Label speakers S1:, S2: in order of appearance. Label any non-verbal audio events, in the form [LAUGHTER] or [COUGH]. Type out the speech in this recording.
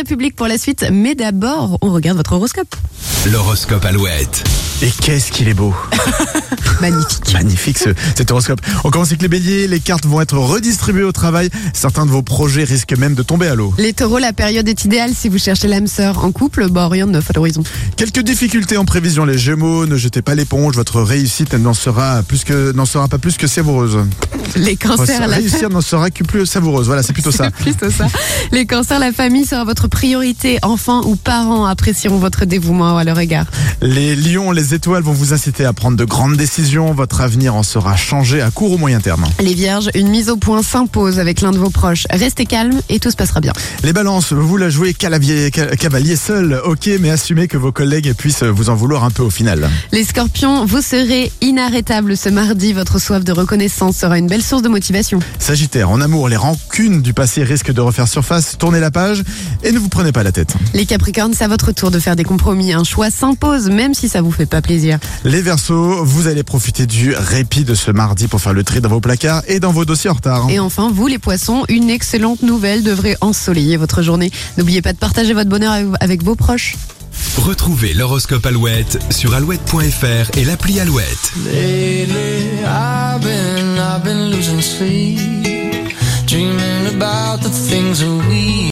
S1: République pour la suite, mais d'abord, on regarde votre horoscope.
S2: L'horoscope Alouette.
S3: Et qu'est-ce qu'il est beau [LAUGHS]
S1: Magnifique.
S3: Magnifique ce- cet horoscope. On commence avec les béliers, les cartes vont être redistribuées au travail, certains de vos projets risquent même de tomber à l'eau.
S1: Les taureaux, la période est idéale si vous cherchez l'âme sœur en couple, bah, rien de neuf à l'horizon.
S3: Quelques difficultés en prévision les gémeaux, ne jetez pas l'éponge, votre réussite n'en sera, plus que, n'en sera pas plus que savoureuse.
S1: Les cancers,
S3: Votre
S1: la [LAUGHS]
S3: réussir n'en sera que plus savoureuse, voilà c'est plutôt ça.
S1: C'est plutôt ça. Les cancers, la famille sera votre priorité. Enfants ou parents apprécieront votre dévouement à leur égard.
S3: Les lions, les étoiles vont vous inciter à prendre de grandes décisions, votre avenir en sera changé à court ou moyen terme.
S1: Les vierges, une mise au point s'impose avec l'un de vos proches. Restez calme et tout se passera bien.
S3: Les balances, vous la jouez calavier- cal- cavalier seul, ok, mais assumez que vos collègues puissent vous en vouloir un peu au final.
S1: Les scorpions, vous serez inarrêtables ce mardi. Votre soif de reconnaissance sera une belle source de motivation.
S3: Sagittaire, en amour, les rancunes du passé risquent de refaire surface, tournez la page et ne vous prenez pas la tête.
S1: Les capricornes, c'est à votre tour de faire des compromis. Un choix s'impose même si ça vous fait pas plaisir.
S3: Les Verseaux, vous allez profiter du répit de ce mardi pour faire le tri dans vos placards et dans vos dossiers en retard.
S1: Et enfin, vous les poissons, une excellente nouvelle devrait ensoleiller votre journée. N'oubliez pas de partager votre bonheur avec- avec vos proches.
S2: Retrouvez l'horoscope Alouette sur alouette.fr et l'appli Alouette.
S4: Lately, I've been, I've been losing sleep, dreaming about the things that we.